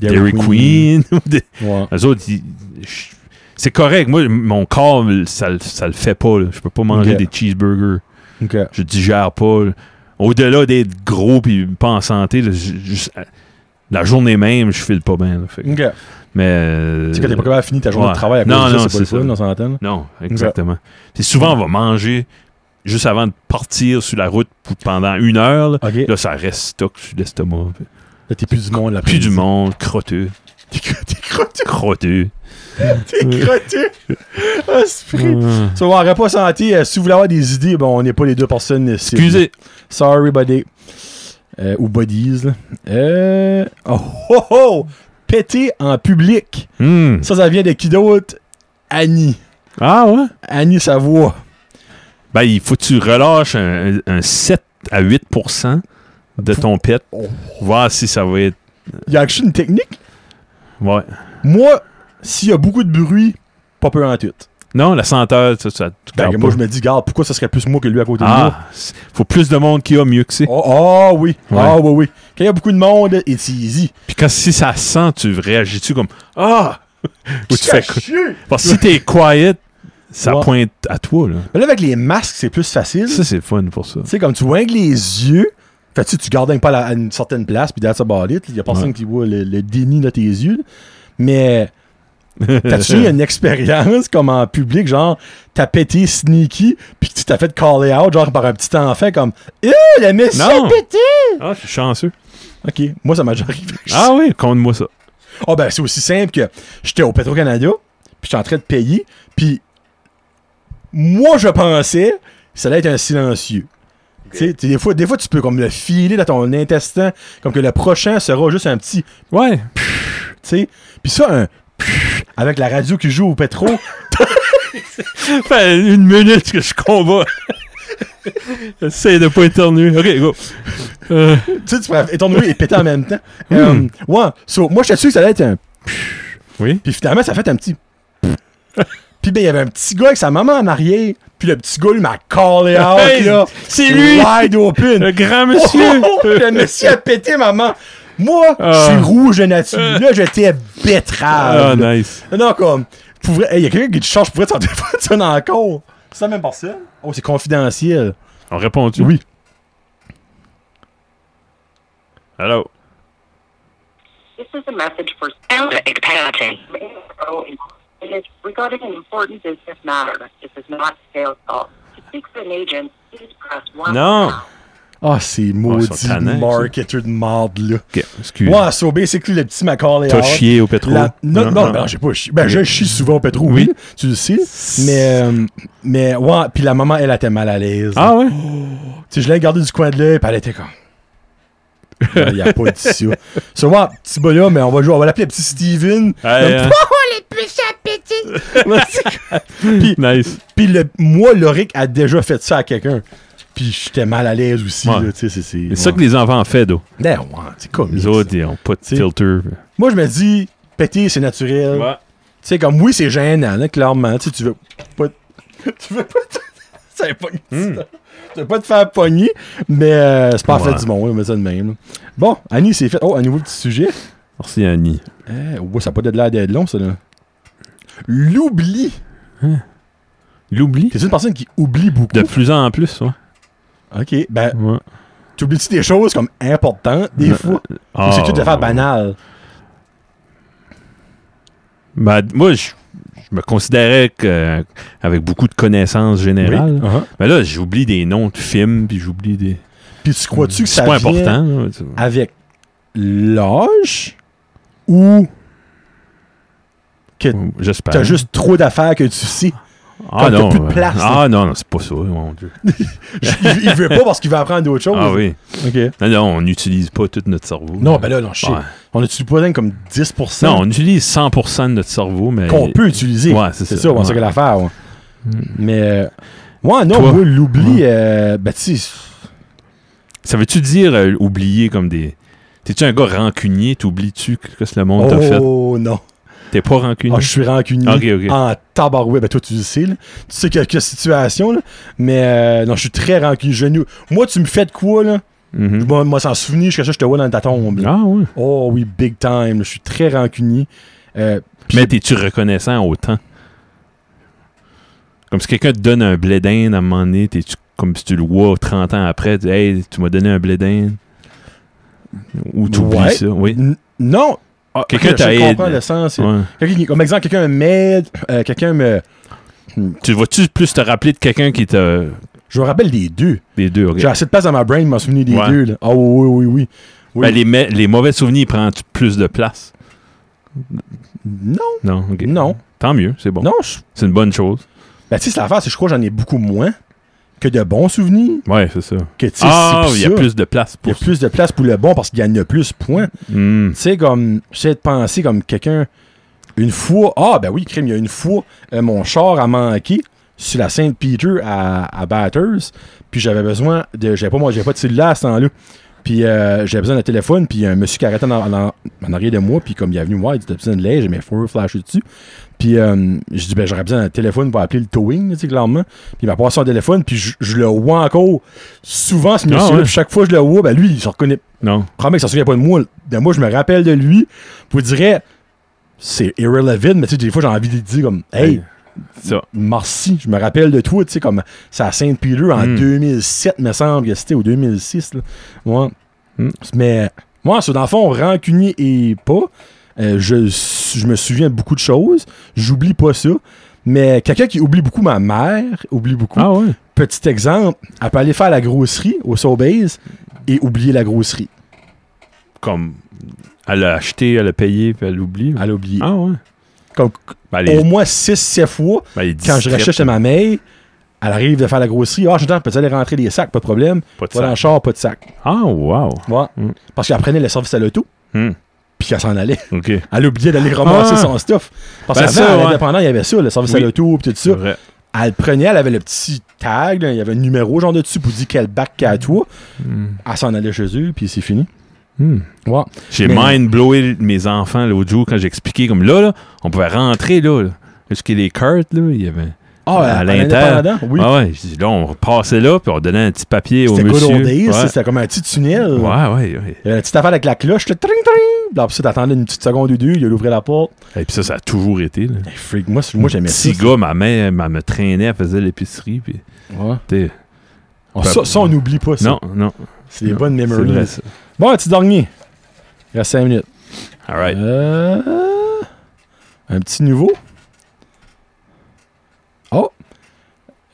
Speaker 2: Dairy Queen. ou des-
Speaker 1: Ouais.
Speaker 2: Eux autres, ils- je- c'est correct. Moi, mon corps, ça, le- ça le fait pas. là. Je peux pas manger
Speaker 1: Ok.
Speaker 2: des cheeseburgers.
Speaker 1: OK.
Speaker 2: Je digère pas. là. Au-delà d'être gros puis pas en santé, là, je- je- la journée même, je file pas bien. là. Fait que-
Speaker 1: OK.
Speaker 2: Mais. euh,
Speaker 1: Tu sais, quand t'es pas capable de finir ta journée
Speaker 2: ouais.
Speaker 1: de travail à cause
Speaker 2: Non,
Speaker 1: de ça,
Speaker 2: non,
Speaker 1: c'est pas le
Speaker 2: c'est ça.
Speaker 1: fun, on s'entend. là.
Speaker 2: Non, exactement. Puis souvent, on va manger juste avant de partir sur la route pour- pendant une heure. Là,
Speaker 1: OK.
Speaker 2: Là, ça reste stock sur l'estomac. Puis-
Speaker 1: Là, t'es plus du monde là.
Speaker 2: Plus du monde, crotteux,
Speaker 1: T'es crotté,
Speaker 2: crotteux.
Speaker 1: t'es crotté. Ah, esprit.
Speaker 2: Ah.
Speaker 1: Ça va, repas santé. euh, si vous voulez avoir des idées, bon, on n'est pas les deux personnes. ici.
Speaker 2: Excusez.
Speaker 1: Sorry, buddy. Euh, ou buddies. là. Euh... Oh, oh, oh! Péter en public.
Speaker 2: Hmm.
Speaker 1: Ça, ça vient de qui d'autre? Annie.
Speaker 2: Ah ouais?
Speaker 1: Annie Savoie.
Speaker 2: Ben, il faut que tu relâches un, un- un 7 à 8 de ton pet.
Speaker 1: Oh.
Speaker 2: Voir si ça va être.
Speaker 1: Il y a actually une technique.
Speaker 2: Ouais.
Speaker 1: Moi, s'il y a beaucoup de bruit, pas peur en tout.
Speaker 2: Non, la senteur, ça, ça tu
Speaker 1: Ben,
Speaker 2: gardes
Speaker 1: moi,
Speaker 2: pas.
Speaker 1: je me dis, garde, pourquoi ça serait plus moi que lui à côté de moi?
Speaker 2: Ah, c'est- faut plus de monde qu'il y a, mieux que c'est.
Speaker 1: Oh, oh, oui.
Speaker 2: Ouais.
Speaker 1: Ah oui, oui. Quand il y a beaucoup de monde, là, it's easy.
Speaker 2: Puis quand si ça sent, tu réagis-tu comme Ah Ou tu fais quoi?
Speaker 1: chier.
Speaker 2: Parce que si t'es quiet, ça
Speaker 1: Ouais.
Speaker 2: pointe à toi. Là.
Speaker 1: Mais là, avec les masques, c'est plus facile.
Speaker 2: Ça,
Speaker 1: Tu
Speaker 2: c'est le fun pour ça.
Speaker 1: sais, comme tu vois avec les yeux, fait tu tu gardes pas la- à une certaine place, puis that's about it. Il y a personne
Speaker 2: Ouais.
Speaker 1: qui voit le, le déni de tes yeux. là. Mais t'as-tu eu une expérience comme en public, genre, t'as pété sneaky, puis que tu t'as fait caller out, genre, par un petit enfant, comme, Eh, le monsieur
Speaker 2: Non.
Speaker 1: a pété!
Speaker 2: Ah, je suis chanceux.
Speaker 1: Ok, moi, ça m'a déjà arrivé.
Speaker 2: Ah oui, compte-moi ça.
Speaker 1: Ah ben c'est aussi simple que j'étais au Petro-Canada, puis j'étais en train de payer, puis moi je pensais que ça allait être un silencieux. Tu sais, tu- Des, fois, des fois, tu peux comme le filer dans ton intestin, comme que le prochain sera juste un petit.
Speaker 2: Ouais.
Speaker 1: tu sais. Puis ça, un avec la radio qui joue au pétro,
Speaker 2: Ça fait une minute que je combats. J'essaie de pas éternuer. Ok, go. Euh,
Speaker 1: tu sais, tu pourrais éternuer et péter en même temps. Euh, ouais, so, moi, j'étais sûr que ça allait être un.
Speaker 2: oui.
Speaker 1: Puis finalement, ça a fait un petit. Puis ben, il y avait un petit gars avec sa maman en arrière, puis le petit gars, il m'a callé out,
Speaker 2: Hey,
Speaker 1: là.
Speaker 2: c'est lui!
Speaker 1: Wide open!
Speaker 2: Le grand
Speaker 1: Oh,
Speaker 2: monsieur.
Speaker 1: oh, oh, le monsieur a pété, maman. Moi, je suis
Speaker 2: Ah.
Speaker 1: rouge de nature. Là, j'étais
Speaker 2: Ah,
Speaker 1: betterave.
Speaker 2: nice.
Speaker 1: Non, comme, pour vrai, hey, y a quelqu'un qui te charge, je pourrais t'en téléphone encore. C'est la même personne? Oh, c'est confidentiel.
Speaker 2: On répond-tu?
Speaker 1: Oui.
Speaker 2: Hello.
Speaker 3: This is a message for Sound Expatting regarding an important business matter. This is not a sales call. To speak to an agent, please press one.
Speaker 2: Non.
Speaker 1: Ah, c'est
Speaker 2: ils
Speaker 1: maudit
Speaker 2: sont tannants, ça.
Speaker 1: marketer de marde, là.
Speaker 2: Ok, excuse.
Speaker 1: Ouais, so basically, le petit Macaulay
Speaker 2: T'as
Speaker 1: Hall.
Speaker 2: chié au pétrole?
Speaker 1: La- Non, non,
Speaker 2: Non, non.
Speaker 1: ben, j'ai pas chié. Ben, je chie souvent au pétrole, oui, tu le sais. Mais, euh, mais ouais, puis la maman, elle, elle était mal à l'aise.
Speaker 2: Ah ouais?
Speaker 1: Tu sais, je l'ai gardé du coin de l'œil, puis elle était comme. Il n'y a pas de tissu. Ce moi, petit bas là, mais on va jouer, on va l'appeler petit Steven.
Speaker 2: Ouais,
Speaker 1: Comme,
Speaker 2: hein.
Speaker 1: puis,
Speaker 2: Nice.
Speaker 1: puis le, moi, Loric a déjà fait ça à quelqu'un. Puis j'étais mal à l'aise aussi.
Speaker 2: Ouais.
Speaker 1: là, tu sais, c'est c'est-
Speaker 2: C'est ça
Speaker 1: ouais.
Speaker 2: que les enfants font, d'eau.
Speaker 1: Ben, ouais, c'est comme
Speaker 2: Les
Speaker 1: ça.
Speaker 2: autres, ils ont pas de
Speaker 1: T'sais.
Speaker 2: filter.
Speaker 1: Moi, je me dis, péter, c'est naturel. Tu sais, comme oui, c'est gênant, là, clairement. Tu sais, tu veux pas. t- tu veux pas. t- ça va pas que tu- Tu veux pas te faire pogner, mais euh, c'est pas
Speaker 2: Ouais.
Speaker 1: fait du monde, on met ça de même. là. Bon, Annie, c'est fait. Oh, un nouveau petit sujet.
Speaker 2: Merci, Annie.
Speaker 1: Eh, ouais, ça a pas de l'air d'être long, ça, là. L'oubli.
Speaker 2: L'oubli?
Speaker 1: T'es une personne qui oublie beaucoup.
Speaker 2: De plus en plus, ouais.
Speaker 1: Ok, ben,
Speaker 2: Ouais.
Speaker 1: t'oublies-tu des choses comme importantes, des
Speaker 2: Euh,
Speaker 1: fois? Ou
Speaker 2: Ah.
Speaker 1: c'est tout à fait banal?
Speaker 2: Ben, moi, je, je me considérais que, euh, avec beaucoup de connaissances générales.
Speaker 1: Oui. Uh-huh.
Speaker 2: Mais là, j'oublie des noms de films, puis j'oublie des.
Speaker 1: Puis tu crois-tu que
Speaker 2: Mm. C'est
Speaker 1: ça
Speaker 2: pas
Speaker 1: vient
Speaker 2: important. là, tu vois.
Speaker 1: avec l'âge ou que
Speaker 2: J'espère.
Speaker 1: Ah, t'as juste trop d'affaires que tu sais?
Speaker 2: ah,
Speaker 1: comme t'as
Speaker 2: non,
Speaker 1: plus de
Speaker 2: ben,
Speaker 1: place, là.
Speaker 2: Ah non, non, c'est pas ça, mon Dieu.
Speaker 1: il, il veut pas parce qu'il veut apprendre d'autres choses.
Speaker 2: Ah oui.
Speaker 1: OK.
Speaker 2: Non, non, on n'utilise pas tout notre cerveau.
Speaker 1: Non, ben là, non, je sais.
Speaker 2: Ouais.
Speaker 1: On utilise pas dingue comme 10%
Speaker 2: Non, on utilise 100% de notre cerveau, mais.
Speaker 1: qu'on peut utiliser.
Speaker 2: Ouais, c'est
Speaker 1: c'est
Speaker 2: ça,
Speaker 1: ça, on
Speaker 2: ouais.
Speaker 1: sait que l'affaire. ouais. Mais, euh, ouais, non,
Speaker 2: Toi.
Speaker 1: moi, l'oubli, euh, ben, tu sais,
Speaker 2: Ça veut-tu dire euh, oublier comme des. T'es-tu un gars rancunier? T'oublies-tu que- que ce que le monde t'a fait?
Speaker 1: oh non.
Speaker 2: T'es pas rancunier?
Speaker 1: Ah, je suis rancunier
Speaker 2: Ok, ok.
Speaker 1: en tabarouet. Ben, toi, tu le sais, là. Tu sais quelques situations, là. Mais, euh, non, je suis très rancunier. Je nous- Moi, tu me fais de quoi, là?
Speaker 2: Mhm.
Speaker 1: Moi, moi, sans souvenir, jusqu'à ça, je te vois dans ta tombe. là.
Speaker 2: Ah ouais.
Speaker 1: Oh oui, big time. là. Je suis très rancunier. Euh,
Speaker 2: Mais t'es-tu reconnaissant autant? Comme si quelqu'un te donne un blé d'Inde à un moment donné, t'es-tu comme si tu le vois 30 ans après, tu dis, Hey, tu m'as donné un blé d'Inde. Ou tu oublies
Speaker 1: Ouais.
Speaker 2: ça, oui.
Speaker 1: n- non. Ah,
Speaker 2: Quelqu'un
Speaker 1: ok, je
Speaker 2: t'aide.
Speaker 1: comprends le sens. c'est-
Speaker 2: Ouais.
Speaker 1: Quelqu'un qui- comme exemple, quelqu'un m'aide, euh, quelqu'un me.
Speaker 2: Tu vas-tu plus te rappeler de quelqu'un qui t'a.
Speaker 1: Je me rappelle des deux.
Speaker 2: Les deux, ok.
Speaker 1: J'ai assez de place dans ma brain de m'en souvenir des
Speaker 2: Ouais.
Speaker 1: deux. là. Ah oui, oui, oui, oui. Oui.
Speaker 2: Ben, les, ma- les mauvais souvenirs prennent plus de place.
Speaker 1: Non,
Speaker 2: Non, ok.
Speaker 1: non,
Speaker 2: Tant mieux, c'est bon.
Speaker 1: non. je-
Speaker 2: C'est une bonne chose.
Speaker 1: Ben, tu sais, c'est l'affaire, c'est que je crois que j'en ai beaucoup moins que de bons souvenirs.
Speaker 2: Ouais, c'est ça.
Speaker 1: Que, tu sais,
Speaker 2: Ah,
Speaker 1: c'est
Speaker 2: il y a
Speaker 1: ça.
Speaker 2: plus de place
Speaker 1: Il y
Speaker 2: pour
Speaker 1: a plus de place pour le bon parce qu'il y en a plus, point.
Speaker 2: Hmm.
Speaker 1: Tu sais, comme, j'essaie de penser comme quelqu'un, une fois, ah ben oui, crime, il y a une fois, euh, mon char a manqué sur la Sainte-Peter à, à Batters, puis j'avais besoin de, j'avais pas, moi, j'avais pas de cellulaire à ce temps-là, puis euh, j'avais besoin d'un téléphone, puis il y a un monsieur qui arrêtait en, en- en arrière de moi, puis comme il est venu me voir, il dit, t'as besoin de l'aide, j'ai mes feux flashés dessus, puis euh, j'ai dit, ben j'aurais besoin d'un téléphone pour appeler le towing, tu sais, clairement, puis il m'a passé son téléphone, puis je, je le vois encore souvent, ce
Speaker 2: Ah,
Speaker 1: monsieur-là,
Speaker 2: ouais.
Speaker 1: puis chaque fois que je le vois, ben lui, il se reconnaît
Speaker 2: Non.
Speaker 1: Probablement que ça se souvient pas de moi. De moi, je me rappelle de lui. Je vous dirais, c'est irrelevant, mais tu sais, des fois, j'ai envie de dire comme, hey,
Speaker 2: Hey. Ça.
Speaker 1: merci, je me rappelle de toi, tu sais, comme, c'est à Saint-Peter en
Speaker 2: Mm.
Speaker 1: 2007, me semble, que c'était, ou 2006, là. Ouais.
Speaker 2: Mm.
Speaker 1: Mais, moi, c'est dans le fond, rancunier et pas, euh, je, je me souviens de beaucoup de choses. J'oublie pas ça. Mais quelqu'un qui oublie beaucoup ma mère, oublie beaucoup.
Speaker 2: Ah ouais.
Speaker 1: Petit exemple, elle peut aller faire la grosserie au Sobeys et oublier la grosserie.
Speaker 2: Comme. Elle a acheté, elle a payé, puis elle l'oublie.
Speaker 1: Elle a oublié.
Speaker 2: Ah ouais.
Speaker 1: Comme,
Speaker 2: Ben,
Speaker 1: au
Speaker 2: les,
Speaker 1: moins 6-7 fois
Speaker 2: ben, les
Speaker 1: quand je
Speaker 2: districts,
Speaker 1: rachète chez ma mère. Elle arrive de faire la grosserie. Ah, j'entends, peut-être aller rentrer des sacs, pas de problème.
Speaker 2: pas de
Speaker 1: Pas dans le
Speaker 2: sac.
Speaker 1: char, pas de sac.
Speaker 2: Ah, wow.
Speaker 1: Ouais.
Speaker 2: Mm.
Speaker 1: Parce qu'elle prenait le service à l'auto,
Speaker 2: Hmm.
Speaker 1: puis qu'elle s'en allait.
Speaker 2: OK.
Speaker 1: Elle oubliait d'aller ramasser
Speaker 2: Ah.
Speaker 1: son stuff. Parce
Speaker 2: Ben
Speaker 1: qu'avant,
Speaker 2: ça,
Speaker 1: à
Speaker 2: ouais.
Speaker 1: l'indépendant, il y avait ça, le service à
Speaker 2: Oui.
Speaker 1: l'auto, puis tout ça.
Speaker 2: C'est vrai.
Speaker 1: Elle le prenait, elle avait le petit tag, là, il y avait un numéro genre de dessus pour dire quel bac qu'elle a à toi.
Speaker 2: Hmm.
Speaker 1: Elle s'en allait chez eux, puis c'est fini.
Speaker 2: Hmm.
Speaker 1: Ouais.
Speaker 2: J'ai
Speaker 1: Mais-
Speaker 2: mind-blowé mes enfants l'autre jour quand j'expliquais comme là, là, on pouvait rentrer là. là. Jusqu'à les cartes, là, il y avait.
Speaker 1: Ah,
Speaker 2: à
Speaker 1: en
Speaker 2: l'intérieur.
Speaker 1: indépendant, oui.
Speaker 2: Ah ouais, je dis, là, on passait là, puis on donnait un petit papier au
Speaker 1: C'était
Speaker 2: monsieur.
Speaker 1: good old days,
Speaker 2: ouais.
Speaker 1: c'était comme un petit tunnel.
Speaker 2: ouais, ouais, ouais.
Speaker 1: Il y avait la petite affaire avec la cloche, le tring tring. Là, après ça, t'attendais une petite seconde ou deux, il allait ouvrir la porte.
Speaker 2: Et puis ça, ça a toujours été. Là.
Speaker 1: Hey, freak, moi, c'est- moi j'aimais ça.
Speaker 2: Petit gars, ma mère, elle me traînait, elle faisait l'épicerie. Puis,
Speaker 1: Ouais.
Speaker 2: t'sais,
Speaker 1: On- ça, ça, on n'oublie pas ça.
Speaker 2: non, non.
Speaker 1: C'est des
Speaker 2: non,
Speaker 1: bonnes
Speaker 2: C'est vrai,
Speaker 1: memories.
Speaker 2: ça.
Speaker 1: Bon, un petit dernier. Il reste 5 minutes.
Speaker 2: All right.
Speaker 1: Euh, un petit nouveau. Oh!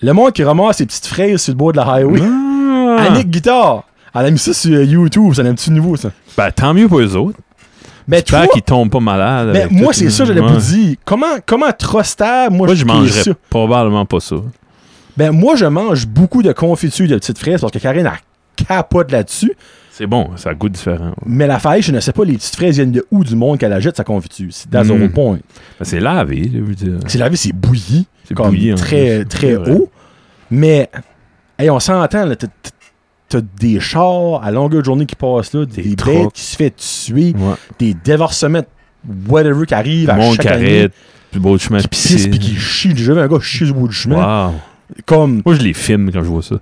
Speaker 1: Le monde qui ramasse ses petites fraises sur le bord de la highway.
Speaker 2: Ah!
Speaker 1: Annick Guitar! Elle a mis ça sur euh, YouTube, c'est un petit nouveau, ça.
Speaker 2: Ben, tant mieux pour eux autres.
Speaker 1: Mais
Speaker 2: J'espère
Speaker 1: Ben, toi,
Speaker 2: qu'ils tombent pas malades.
Speaker 1: mais
Speaker 2: avec
Speaker 1: moi,
Speaker 2: tout,
Speaker 1: c'est
Speaker 2: là.
Speaker 1: ça, j'allais
Speaker 2: Ouais.
Speaker 1: vous dire. Comment, comment trostable, moi,
Speaker 2: Moi,
Speaker 1: je
Speaker 2: je
Speaker 1: suis ça.
Speaker 2: mangerais probablement pas ça.
Speaker 1: Ben, moi, je mange beaucoup de confiture de petites fraises parce que Karine, elle capote là-dessus.
Speaker 2: C'est bon, ça goûte différent. ouais.
Speaker 1: Mais la faille, je ne sais pas, les petites fraises viennent de où du monde qu'elle achète sa confiture. C'est dans
Speaker 2: Mm.
Speaker 1: un point.
Speaker 2: Ben, c'est lavé, je veux dire.
Speaker 1: C'est la vie, c'est bouilli.
Speaker 2: C'est
Speaker 1: comme
Speaker 2: bouilli, en
Speaker 1: très,
Speaker 2: plus.
Speaker 1: très
Speaker 2: C'est vrai.
Speaker 1: haut. Mais, hey, on s'entend, là, t'as- t'as- t'as des chars à longueur de journée qui passent là, des,
Speaker 2: Des
Speaker 1: bêtes
Speaker 2: trucks. Hmm.
Speaker 1: qui se fait tuer,
Speaker 2: Ouais.
Speaker 1: des déversements, de whatever qui arrive à
Speaker 2: Mon
Speaker 1: chaque année,
Speaker 2: carrette, puis beau chemin
Speaker 1: qui pisse
Speaker 2: pissé.
Speaker 1: puis qui chie. J'ai vu un gars chier sur le bout du chemin.
Speaker 2: Wow.
Speaker 1: Comme,
Speaker 2: Moi, je les filme quand je vois ça.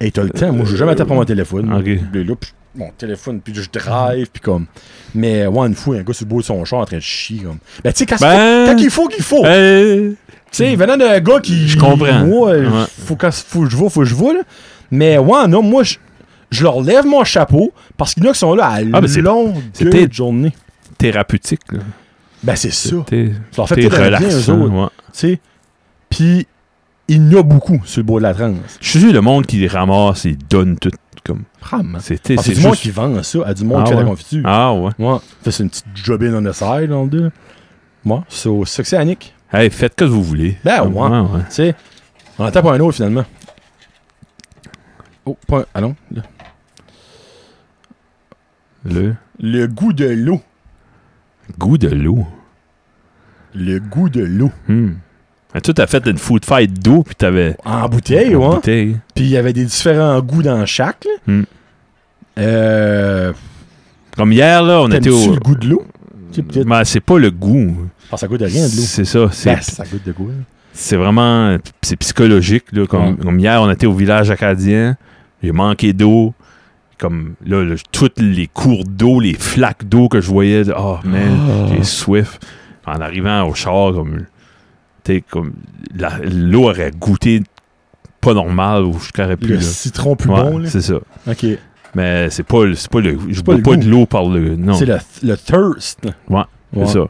Speaker 1: hey, t'as le temps, moi, j'ai jamais été prendre mon téléphone.
Speaker 2: Ok.
Speaker 1: Puis là, puis mon téléphone, puis je drive, puis comme. Mais, ouais, une fois, un gars sur le bout de son char en train de chier, comme. Ben, tu sais, quand,
Speaker 2: Ben-
Speaker 1: quand il faut, qu'il faut.
Speaker 2: Hey!
Speaker 1: Tu sais, venant d'un gars qui.
Speaker 2: Je comprends.
Speaker 1: Moi,
Speaker 2: Ouais.
Speaker 1: je- faut, quand, faut que je vois, faut que je vois, là. Mais ouais, non, moi, je, je leur lève mon chapeau parce qu'il y en a qui sont là à
Speaker 2: ben, c'est-
Speaker 1: longue
Speaker 2: c'était-
Speaker 1: journée.
Speaker 2: Thérapeutique. Là.
Speaker 1: Ben, c'est ça. Tu
Speaker 2: T'es
Speaker 1: leur fais
Speaker 2: t'es
Speaker 1: peut-être un bien, eux
Speaker 2: relaxant.
Speaker 1: autres.
Speaker 2: ouais.
Speaker 1: sais. Puis, il y en a beaucoup sur le bord de la transe.
Speaker 2: Je suis sûr, le monde qui les ramasse, il donne tout. Comme.
Speaker 1: Vraiment.
Speaker 2: C'était,
Speaker 1: Parce que
Speaker 2: Ah,
Speaker 1: Ah,
Speaker 2: c'est
Speaker 1: du monde
Speaker 2: juste...
Speaker 1: qui vend ça à du monde
Speaker 2: Ah
Speaker 1: qui fait la
Speaker 2: ouais.
Speaker 1: confiture.
Speaker 2: Ah ouais.
Speaker 1: Ouais. Fait, c'est une petite jobine on the side, dans le deux. Moi, c'est au succès, Annick.
Speaker 2: Hey, faites ce que vous voulez.
Speaker 1: Ben,
Speaker 2: Ah, Comme,
Speaker 1: ouais. Tu sais, on en tape un autre finalement. Oh, pas un. Allons. là.
Speaker 2: Le
Speaker 1: Le goût de l'eau.
Speaker 2: goût de l'eau.
Speaker 1: Le goût de l'eau.
Speaker 2: Hmm. Ben, toi, t'as fait une food fight d'eau, puis t'avais...
Speaker 1: En bouteille,
Speaker 2: une
Speaker 1: ouais.
Speaker 2: bouteille.
Speaker 1: Puis il y avait des différents goûts dans chaque. là.
Speaker 2: Hmm.
Speaker 1: Euh.
Speaker 2: Comme hier, là, on était
Speaker 1: T'aimes-tu
Speaker 2: au...
Speaker 1: le goût de l'eau? Tu sais, peut-être-
Speaker 2: Ben, c'est pas le goût.
Speaker 1: Ah, ça goûte de rien de l'eau.
Speaker 2: C'est ça. C'est
Speaker 1: Ben, ça goûte de quoi? là?
Speaker 2: c'est vraiment... C'est psychologique. Là, comme,
Speaker 1: Ouais.
Speaker 2: comme hier, on était au village acadien. J'ai manqué d'eau. Comme là, là, toutes les cours d'eau, les flaques d'eau que je voyais. Oh,
Speaker 1: Ah,
Speaker 2: man. J'ai Swift. En arrivant au char, comme. t'sais, comme. la- L'eau aurait goûté pas normal ou je carrais plus.
Speaker 1: Le
Speaker 2: là.
Speaker 1: citron plus
Speaker 2: Ouais,
Speaker 1: bon, là.
Speaker 2: C'est ça.
Speaker 1: Ok.
Speaker 2: Mais c'est pas, le- c'est pas le. Je
Speaker 1: pas
Speaker 2: bois
Speaker 1: le
Speaker 2: pas
Speaker 1: goût.
Speaker 2: de l'eau par le. Non.
Speaker 1: C'est le, le thirst.
Speaker 2: Ouais,
Speaker 1: Ouais.
Speaker 2: C'est ça.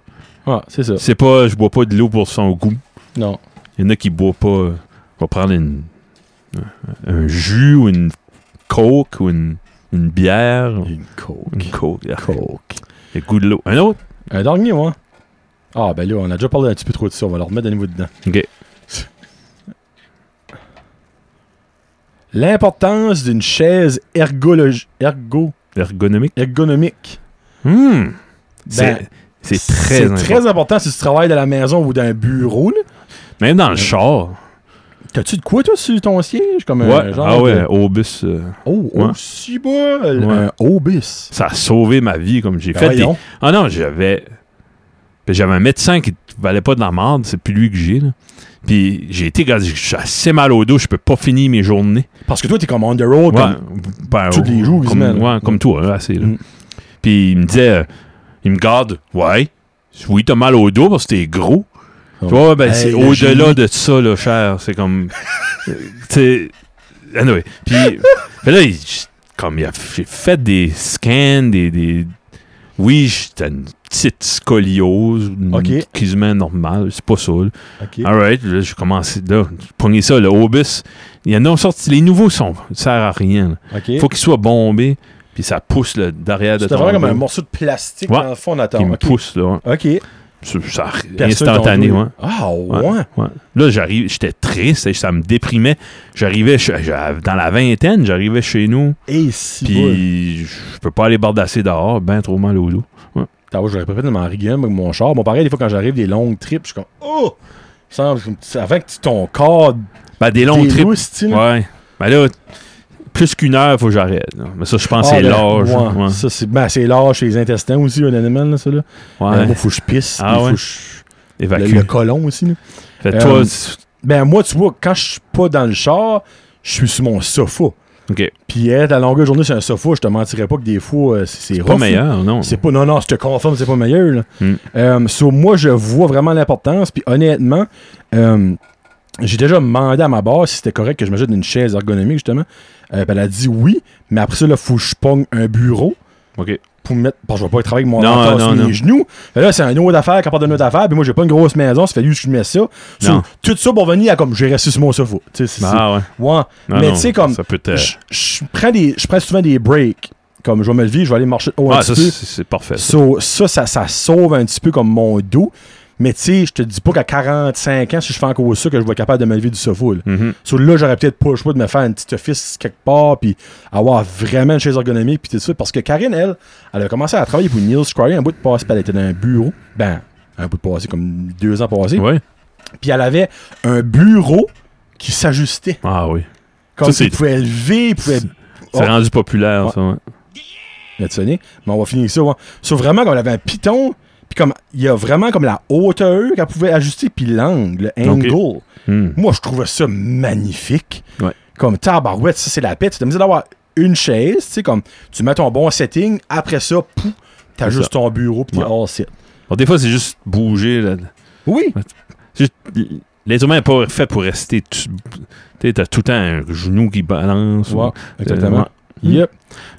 Speaker 1: Ouais, c'est ça.
Speaker 2: C'est pas. Je bois pas de l'eau pour son goût.
Speaker 1: Non.
Speaker 2: Il y en a qui boivent pas. euh, On va prendre une, un- un jus ou une coke ou une, une bière.
Speaker 1: Une coke.
Speaker 2: Une coke. ah,
Speaker 1: Coke.
Speaker 2: Le goût de l'eau. Un autre?
Speaker 1: Un dernier, moi. Ah, ben là, on a déjà parlé un petit peu trop de ça. On va leur remettre à nouveau dedans.
Speaker 2: Ok.
Speaker 1: L'importance d'une chaise ergologi- ergo-
Speaker 2: Ergonomique.
Speaker 1: ergonomique. Ben,
Speaker 2: Hmm. C'est- c'est très
Speaker 1: C'est
Speaker 2: important.
Speaker 1: très important si tu travailles dans la maison ou dans un bureau. là.
Speaker 2: Même dans le char.
Speaker 1: T'as-tu de quoi, toi, sur ton siège? Comme un
Speaker 2: Ouais.
Speaker 1: genre
Speaker 2: ah
Speaker 1: de-
Speaker 2: ouais, au bus. euh,
Speaker 1: Oh,
Speaker 2: Ouais.
Speaker 1: aussi bas!
Speaker 2: Ouais.
Speaker 1: Un obis.
Speaker 2: ça a sauvé ma vie. Comme j'ai
Speaker 1: Ben
Speaker 2: fait des...
Speaker 1: voyons.
Speaker 2: Ah non, j'avais. puis J'avais un médecin qui valait pas de la merde, c'est plus lui que j'ai. là. Puis j'ai été, gars, j'ai assez mal au dos, je peux pas finir mes journées.
Speaker 1: Parce que toi, t'es comme on the road.
Speaker 2: Ouais,
Speaker 1: comme-
Speaker 2: ben,
Speaker 1: tous les jours,
Speaker 2: comme,
Speaker 1: quasiment, là.
Speaker 2: ouais, comme toi, là, assez. là.
Speaker 1: Mm.
Speaker 2: Puis il me disait, euh, il me garde, ouais, oui, t'as mal au dos parce que t'es gros.
Speaker 1: Oh.
Speaker 2: Tu vois, ben,
Speaker 1: Hey,
Speaker 2: c'est
Speaker 1: le
Speaker 2: au-delà
Speaker 1: génie.
Speaker 2: de ça, là, cher. C'est comme. euh, tu sais. Anyway. Puis fait là, il- j- comme il a- j'ai fait des scans, des. des oui, j'étais une petite scoliose, une-
Speaker 1: Ok.
Speaker 2: quasiment normale, c'est pas ça. là.
Speaker 1: Ok.
Speaker 2: Alright, là, j'ai commencé, là, j'ai pogné ça, le Obus. Il y en a sorti, les nouveaux sont, ça sert à rien. là.
Speaker 1: ok.
Speaker 2: Faut qu'ils soient bombés, puis ça pousse le derrière de
Speaker 1: C'était
Speaker 2: ton
Speaker 1: vraiment comme
Speaker 2: dos,
Speaker 1: un morceau de plastique
Speaker 2: Ouais.
Speaker 1: dans le fond,
Speaker 2: qui
Speaker 1: attends.
Speaker 2: me
Speaker 1: Ok.
Speaker 2: pousse, là.
Speaker 1: Ok.
Speaker 2: Ça- ça-
Speaker 1: Personne
Speaker 2: instantané,
Speaker 1: dans le
Speaker 2: ouais.
Speaker 1: dos. Ah,
Speaker 2: Ouais,
Speaker 1: ouais.
Speaker 2: ouais. Là, j'arrive, j'étais triste, ça me déprimait. J'arrivais chez- j'avais- dans la vingtaine, j'arrivais chez nous,
Speaker 1: Et si bas.
Speaker 2: puis je peux pas aller bardasser dehors, ben trop mal au dos.
Speaker 1: T'as vu, j'aurais pas fait de m'en rigueur avec mon char. Bon, pareil, des fois, quand j'arrive des longues trips, je suis comme, oh! Sans- je- Avant que tu- ton corps
Speaker 2: Ben, des longs trips.
Speaker 1: délousse,
Speaker 2: Ouais. Ben là, plus qu'une heure, faut que j'arrête. là. Mais ça, je pense que Ah, c'est l'âge.
Speaker 1: Ah, ben, Ouais.
Speaker 2: Ouais.
Speaker 1: Ça, c'est ben, c'est large chez les intestins aussi, un animal, là, ça. Là.
Speaker 2: Ouais.
Speaker 1: Euh, moi, faut que je pisse.
Speaker 2: Ah
Speaker 1: puis
Speaker 2: ouais.
Speaker 1: faut que je-
Speaker 2: Évacue.
Speaker 1: le, le colon aussi. là.
Speaker 2: Fait que
Speaker 1: Euh,
Speaker 2: toi, c-
Speaker 1: Ben, moi, tu vois, quand je suis pas dans le char, je suis sur mon sofa.
Speaker 2: OK.
Speaker 1: Puis être à longueur de journée sur un sofa, je te mentirais pas que des fois, euh, c'est c'est
Speaker 2: Pas
Speaker 1: rough, là.
Speaker 2: meilleur, non.
Speaker 1: C'est pas, non, non, je te confirme, c'est pas meilleur. Là.
Speaker 2: Mm.
Speaker 1: Euh, so, moi, je vois vraiment l'importance. Puis honnêtement, euh, j'ai déjà demandé à ma barre si c'était correct que je m'ajoute une chaise ergonomique, justement. Euh, puis elle a dit oui, mais après ça, il faut que je pogne un bureau
Speaker 2: OK.
Speaker 1: pour me mettre. Parce que je vais pas travailler avec mon
Speaker 2: Non,
Speaker 1: menton
Speaker 2: non,
Speaker 1: sur
Speaker 2: non.
Speaker 1: mes genoux. Fait là, c'est un autre affaire qui apporte une autre affaire. Puis moi, j'ai pas une grosse maison, ça fait juste que je mets ça. So,
Speaker 2: Non.
Speaker 1: tout ça pour venir à comme j'ai resté sur mon sofa. Tu sais, c'est- c'est-
Speaker 2: Ah ouais.
Speaker 1: Ouais.
Speaker 2: Non,
Speaker 1: mais
Speaker 2: non,
Speaker 1: tu sais, comme.
Speaker 2: Ça peut euh, te-
Speaker 1: Je- je prends des je prends souvent des breaks comme je vais me lever je vais aller marcher haut un
Speaker 2: Ah, ça,
Speaker 1: petit peu
Speaker 2: c'est c'est parfait. ça.
Speaker 1: So, ça, ça ça sauve un petit peu comme mon dos mais tu sais je te dis pas qu'à 45 ans si je fais encore ça que je vais être capable de me lever du sofa là.
Speaker 2: Mhm.
Speaker 1: So, là j'aurais peut-être pas le choix de me faire un petit office quelque part puis avoir vraiment une chaise ergonomique puis tout ça parce que Karine elle elle a commencé à travailler pour Neil Scry un bout de passé puis elle était dans un bureau ben un bout de passé comme deux ans passés
Speaker 2: Ouais.
Speaker 1: puis elle avait un bureau qui s'ajustait
Speaker 2: Ah oui.
Speaker 1: comme
Speaker 2: c'est-
Speaker 1: il pouvait lever il pouvait
Speaker 2: C'est
Speaker 1: Oh.
Speaker 2: c'est rendu populaire, ça. ouais.
Speaker 1: de sonner. Mais on va finir ça. Ouais. Sauf vraiment comme elle avait un piton, puis comme il y a vraiment comme la hauteur qu'elle pouvait ajuster, puis l'angle, le angle.
Speaker 2: Hmm.
Speaker 1: Moi, je trouvais ça magnifique.
Speaker 2: Ouais.
Speaker 1: Comme tabarouette, ça c'est la paix. Tu t'amuses d'avoir une chaise, tu sais, comme tu mets ton bon setting, après ça, pou,
Speaker 2: C'est ça.
Speaker 1: t'ajustes ton bureau, puis t'es
Speaker 2: Ouais.
Speaker 1: all set.
Speaker 2: Bon, des fois, c'est juste bouger. là.
Speaker 1: Oui.
Speaker 2: C'est juste- L'être humain n'est pas fait pour rester. Tu sais, t'as tout le temps un genou qui balance.
Speaker 1: Ouais,
Speaker 2: ou-
Speaker 1: exactement.
Speaker 2: Euh, ouais.
Speaker 1: Yep.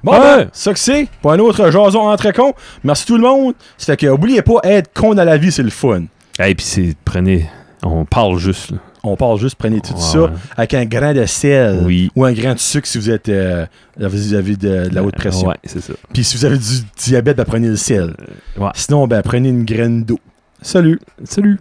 Speaker 1: Bon,
Speaker 2: Ouais.
Speaker 1: ben, ça que c'est pour un autre jason entre cons. Merci tout le monde. C'est fait que, oubliez pas, être con dans la vie, c'est le fun.
Speaker 2: Et puis, c'est. Prenez. On parle juste. là.
Speaker 1: On parle juste, prenez tout
Speaker 2: Ouais.
Speaker 1: ça avec un grain de sel
Speaker 2: Oui.
Speaker 1: ou un grain de sucre si vous êtes euh, vous avez de, de la haute pression.
Speaker 2: Ouais, c'est ça.
Speaker 1: Puis si vous avez du diabète, ben, prenez le sel.
Speaker 2: Ouais.
Speaker 1: Sinon, ben, prenez une graine d'eau. Salut!
Speaker 2: Salut.